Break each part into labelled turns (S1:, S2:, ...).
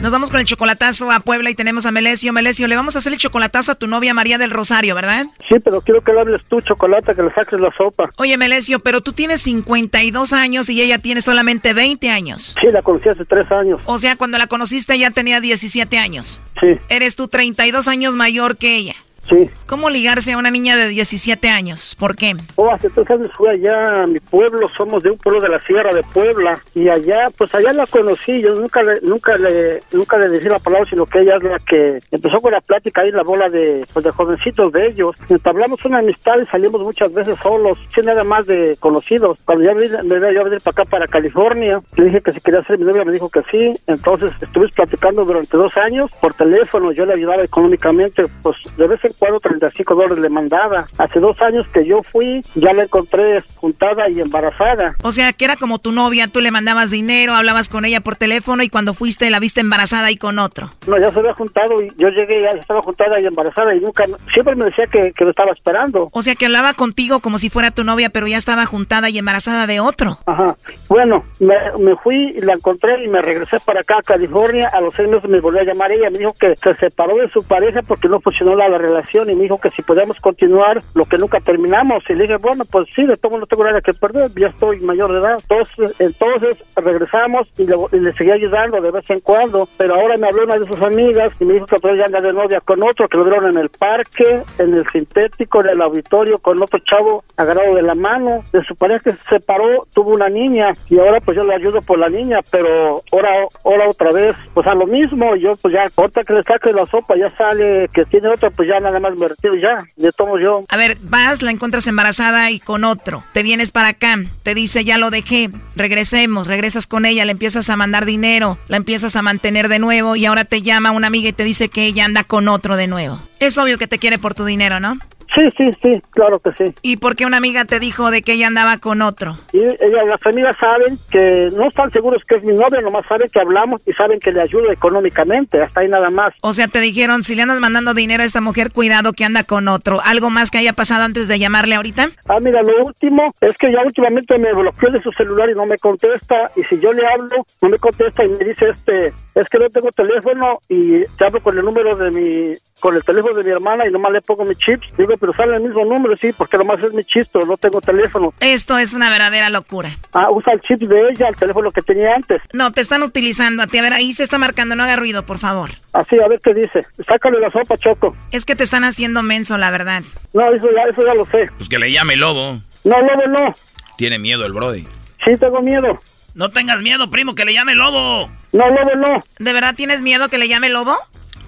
S1: Nos vamos con el chocolatazo a Puebla y tenemos a Melesio. Melesio, le vamos a hacer el chocolatazo a tu novia María del Rosario, ¿verdad?
S2: Sí, pero quiero que le hables tú, Chocolata, que le saques la sopa.
S1: Oye, Melesio, pero tú tienes 52 años y ella tiene solamente 20 años.
S2: Sí, la conocí hace tres años.
S1: O sea, cuando la conociste ya tenía 17 años.
S2: Sí,
S1: Eres tú 32 años mayor que ella.
S2: sí.
S1: ¿Cómo ligarse a una niña de 17 años? ¿Por qué?
S2: Oh, hace tres años fui allá a mi pueblo, somos de un pueblo de la Sierra de Puebla. Y allá, pues allá la conocí, yo nunca le, nunca le, nunca le dije la palabra, sino que ella es la que empezó con la plática ahí en la bola de, pues, de jovencitos de ellos. Entablamos una amistad y salimos muchas veces solos, sin nada más de conocidos. Cuando ya vine- me veía yo a venir para acá, para California, le dije que si quería ser mi novia, me dijo que sí. Entonces estuvimos platicando durante dos años por teléfono, yo le ayudaba económicamente, pues de vez en cuando 35 dólares le mandaba. Hace dos años que yo fui, ya la encontré juntada y embarazada.
S1: O sea, que era como tu novia, tú le mandabas dinero, hablabas con ella por teléfono y cuando fuiste la viste embarazada y con otro.
S2: No, ya se había juntado y yo llegué, ya estaba juntada y embarazada y nunca, siempre me decía que, que lo estaba esperando.
S1: O sea, que hablaba contigo como si fuera tu novia, pero ya estaba juntada y embarazada de otro.
S2: Ajá. Bueno, me, me fui, la encontré y me regresé para acá a California. A los seis meses me volvió a llamar ella. Me dijo que se separó de su pareja porque no funcionó la, la relación y me dijo que si podíamos continuar lo que nunca terminamos. Y le dije, bueno, pues sí, de todo no tengo nada que perder, ya estoy mayor de edad. Entonces, entonces regresamos y le, y le seguí ayudando de vez en cuando. Pero ahora me habló una de sus amigas y me dijo que otra vez ya anda de novia con otro, que lo vieron en el parque, en el sintético, en el auditorio, con otro chavo agarrado de la mano. De su pareja que se separó, tuvo una niña y ahora pues yo le ayudo por la niña, pero ahora, ahora otra vez, pues a lo mismo, yo pues ya, ahorita que le saque la sopa, ya sale que tiene otra, pues ya nada más me retiro ya, le tomo yo.
S1: A ver, vas, la encuentras embarazada y con otro. Te vienes para acá, te dice, ya lo dejé, regresemos, regresas con ella, le empiezas a mandar dinero, la empiezas a mantener de nuevo y ahora te llama una amiga y te dice que ella anda con otro de nuevo. Es obvio que te quiere por tu dinero, ¿no?
S2: Sí, sí, sí, claro que sí.
S1: ¿Y por qué una amiga te dijo de que ella andaba con otro?
S2: Y ella, las amigas saben que no están seguros que es mi novia, nomás saben que hablamos y saben que le ayudo económicamente, hasta ahí nada más.
S1: O sea, te dijeron, si le andas mandando dinero a esta mujer, cuidado que anda con otro. ¿Algo más que haya pasado antes de llamarle ahorita?
S2: Ah, mira, lo último es que ya últimamente me bloqueó de su celular y no me contesta. Y si yo le hablo, no me contesta y me dice, este, es que no tengo teléfono y te hablo con el número de mi, con el teléfono de mi hermana y nomás le pongo mi chips. Digo, pero sale el mismo número, sí, porque nomás es mi chip, pero no tengo teléfono.
S1: Esto es una verdadera locura.
S2: Ah, usa el chip de ella, el teléfono que tenía antes.
S1: No, te están utilizando a ti. A ver, ahí se está marcando, no haga ruido, por favor.
S2: Así, a ver qué dice. Sácale la sopa, Choco.
S1: Es que te están haciendo menso, la verdad.
S2: No, eso ya, eso ya lo sé.
S3: Pues que le llame lobo.
S2: No, no, no, no.
S3: Tiene miedo el Brody.
S2: Sí, tengo miedo.
S3: No tengas miedo, primo, que le llame lobo.
S2: No, no, no, no.
S1: ¿De verdad tienes miedo que le llame lobo?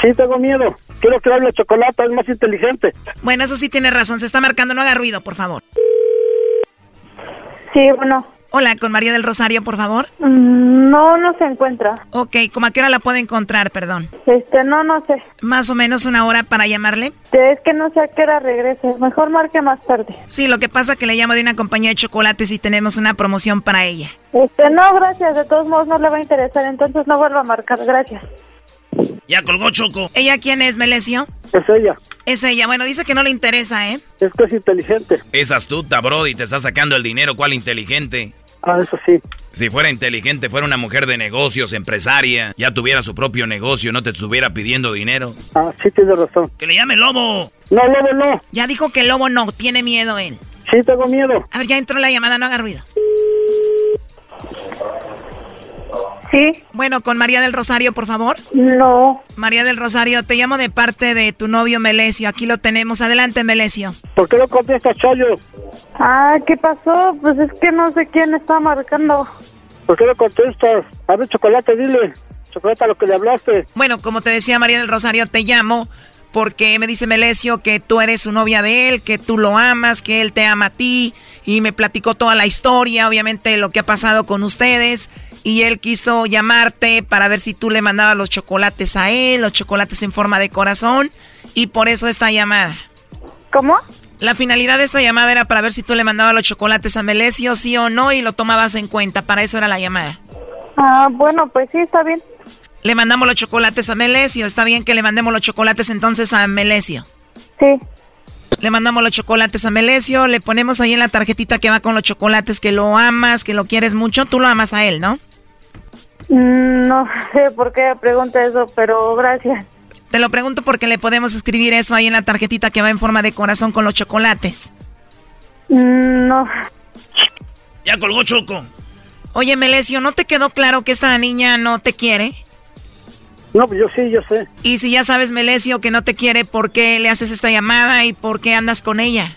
S2: Sí, tengo miedo. Quiero que hable chocolate, es más inteligente.
S1: Bueno, eso sí tiene razón. Se está marcando, no haga ruido, por favor.
S4: Sí, bueno,
S1: Hola, con María del Rosario, por favor.
S4: Mm, No, no se encuentra.
S1: Ok, ¿cómo a qué hora la puedo encontrar? Perdón.
S4: Este, no, no sé.
S1: Más o menos una hora para llamarle.
S4: Este, Es que no sé a qué hora regrese. Mejor marque más tarde.
S1: Sí, lo que pasa que le llamo de una compañía de chocolates y tenemos una promoción para ella.
S4: Este, no, gracias. De todos modos no le va a interesar. Entonces no vuelva a marcar. Gracias.
S3: Ya colgó Choco.
S1: ¿Ella quién es, Melesio?
S2: Es ella.
S1: Es ella. Bueno, dice que no le interesa, ¿eh?
S2: Es que es inteligente.
S3: Es astuta, Brody. Te está sacando el dinero. ¿Cuál inteligente?
S2: Ah, eso sí.
S3: Si fuera inteligente, fuera una mujer de negocios, empresaria, ya tuviera su propio negocio, no te estuviera pidiendo dinero.
S2: Ah, sí, tiene razón.
S3: ¡Que le llame Lobo!
S2: No, no, no, no.
S1: Ya dijo que el lobo no, tiene miedo él.
S2: Sí, tengo miedo.
S1: A ver, ya entró la llamada, no haga ruido.
S4: Sí,
S1: Bueno, con María del Rosario, por favor.
S4: no.
S1: María del Rosario, te llamo de parte de tu novio Melesio. Aquí lo tenemos. Adelante, Melesio.
S2: ¿Por qué no contesta Chayo?
S4: Ah, ¿qué pasó? Pues es que no sé quién está marcando.
S2: ¿Por qué no contestas? Abre chocolate, dile. Chocolate a lo que le hablaste.
S1: Bueno, como te decía María del Rosario, te llamo porque me dice Melesio que tú eres su novia de él, que tú lo amas, que él te ama a ti y me platicó toda la historia, obviamente lo que ha pasado con ustedes y él quiso llamarte para ver si tú le mandabas los chocolates a él, los chocolates en forma de corazón y por eso esta llamada.
S4: ¿Cómo?
S1: La finalidad de esta llamada era para ver si tú le mandabas los chocolates a Melesio, sí o no, y lo tomabas en cuenta. Para eso era la llamada.
S4: Ah, bueno, pues sí, está bien.
S1: Le mandamos los chocolates a Melesio. Está bien que le mandemos los chocolates entonces a Melesio.
S4: Sí.
S1: Le mandamos los chocolates a Melesio. Le ponemos ahí en la tarjetita que va con los chocolates que lo amas, que lo quieres mucho. Tú lo amas a él, ¿no?
S4: Mm, No sé por qué pregunta eso, pero gracias.
S1: Te lo pregunto porque le podemos escribir eso ahí en la tarjetita que va en forma de corazón con los chocolates.
S4: Mm, No.
S3: ¡Ya colgó Choco!
S1: Oye, Melesio, ¿no te quedó claro que esta niña no te quiere?
S2: No, pues yo sí, yo sé.
S1: Y si ya sabes, Melesio, que no te quiere, ¿por qué le haces esta llamada y por qué andas con ella?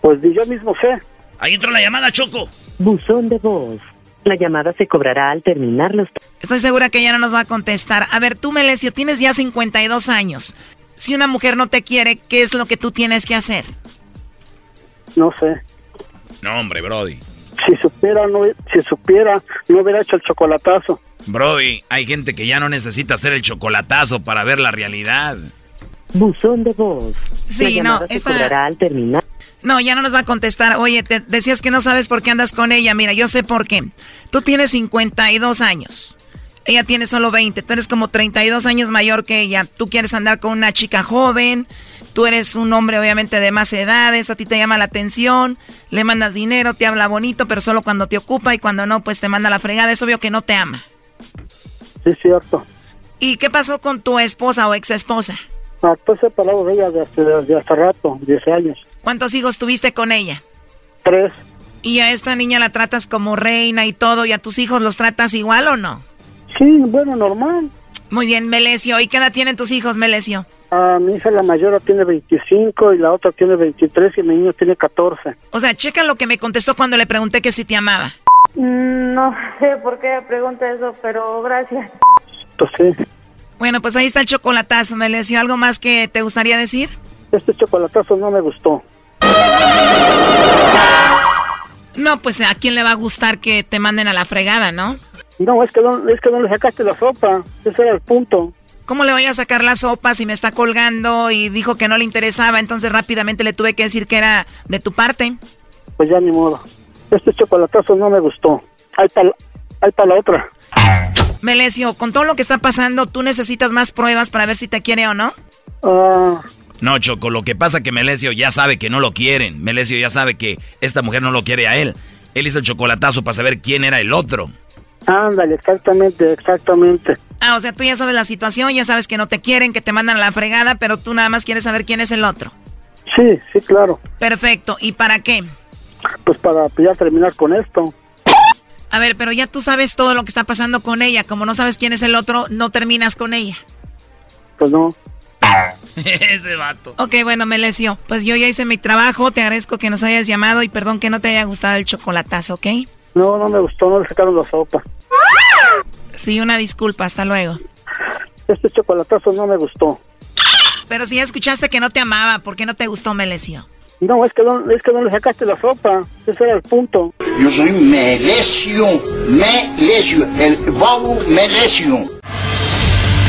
S2: Pues ni yo mismo sé.
S3: Ahí entró la llamada, Choco.
S5: Buzón de voz. La llamada se cobrará al terminar los...
S1: Estoy segura que ella no nos va a contestar. A ver, tú, Melesio, tienes ya 52 años. Si una mujer no te quiere, ¿qué es lo que tú tienes que hacer?
S2: No sé.
S3: No, hombre, Brody.
S2: Si supiera, no, si supiera, no hubiera hecho el chocolatazo.
S3: Brody, hay gente que ya no necesita hacer el chocolatazo para ver la realidad.
S5: Buzón de voz.
S1: Sí,
S5: la llamada
S1: no,
S5: se
S1: esta-
S5: cobrará al terminar...
S1: No, ya no nos va a contestar. Oye, te decías que no sabes por qué andas con ella. Mira, yo sé por qué. Tú tienes 52 años. Ella tiene solo 20. Tú eres como 32 años mayor que ella. Tú quieres andar con una chica joven. Tú eres un hombre obviamente de más edades. A ti te llama la atención. Le mandas dinero, te habla bonito, pero solo cuando te ocupa y cuando no, pues te manda la fregada. Es obvio que no te ama.
S2: Sí, es cierto.
S1: ¿Y qué pasó con tu esposa o ex esposa?
S2: Ah, pues he parado de ella desde, desde hace rato, 10 años.
S1: ¿Cuántos hijos tuviste con ella?
S2: Tres.
S1: ¿Y a esta niña la tratas como reina y todo? ¿Y a tus hijos los tratas igual o no?
S2: Sí, bueno, normal.
S1: Muy bien, Melesio. ¿Y qué edad tienen tus hijos, Melesio?
S2: Ah, mi hija la mayor tiene 25 y la otra tiene 23 y mi niño tiene 14.
S1: O sea, checa lo que me contestó cuando le pregunté que si te amaba.
S4: Mm, No sé por qué pregunta eso, pero gracias.
S2: Entonces, sí,
S1: Bueno, pues ahí está el chocolatazo, Melesio. ¿Algo más que te gustaría decir?
S2: este chocolatazo no me gustó.
S1: No, pues a quién le va a gustar que te manden a la fregada, ¿no?
S2: No, es que no, es que no le sacaste la sopa. Ese era el punto.
S1: ¿Cómo le voy a sacar la sopa si me está colgando y dijo que no le interesaba? Entonces rápidamente le tuve que decir que era de tu parte.
S2: Pues ya ni modo. Este chocolatazo no me gustó. Ahí para ahí pa la otra.
S1: Melesio, con todo lo que está pasando, tú necesitas más pruebas para ver si te quiere o no.
S2: Ah,
S3: No, Choco, lo que pasa que Melesio ya sabe que no lo quieren. Melesio ya sabe que esta mujer no lo quiere a él. Él hizo el chocolatazo para saber quién era el otro.
S2: ándale, exactamente, exactamente.
S1: Ah, o sea, tú ya sabes la situación, ya sabes que no te quieren, que te mandan a la fregada, pero tú nada más quieres saber quién es el otro.
S2: Sí, sí, claro.
S1: Perfecto, ¿y para qué?
S2: Pues para ya terminar con esto.
S1: A ver, pero ya tú sabes todo lo que está pasando con ella. Como no sabes quién es el otro, no terminas con ella.
S2: Pues no.
S3: Ese vato.
S1: Ok, bueno, Melesio, pues yo ya hice mi trabajo, te agradezco que nos hayas llamado y perdón que no te haya gustado el chocolatazo, ¿ok?
S2: No, no me gustó, no le sacaron la sopa.
S1: Sí, una disculpa, hasta luego.
S2: Este chocolatazo no me gustó.
S1: Pero si ya escuchaste que no te amaba, ¿por qué no te gustó, Melesio?
S2: No, es que no, es que no le sacaste la sopa. Ese era el punto.
S6: Yo soy Melesio, Melesio, el Bau Melesio.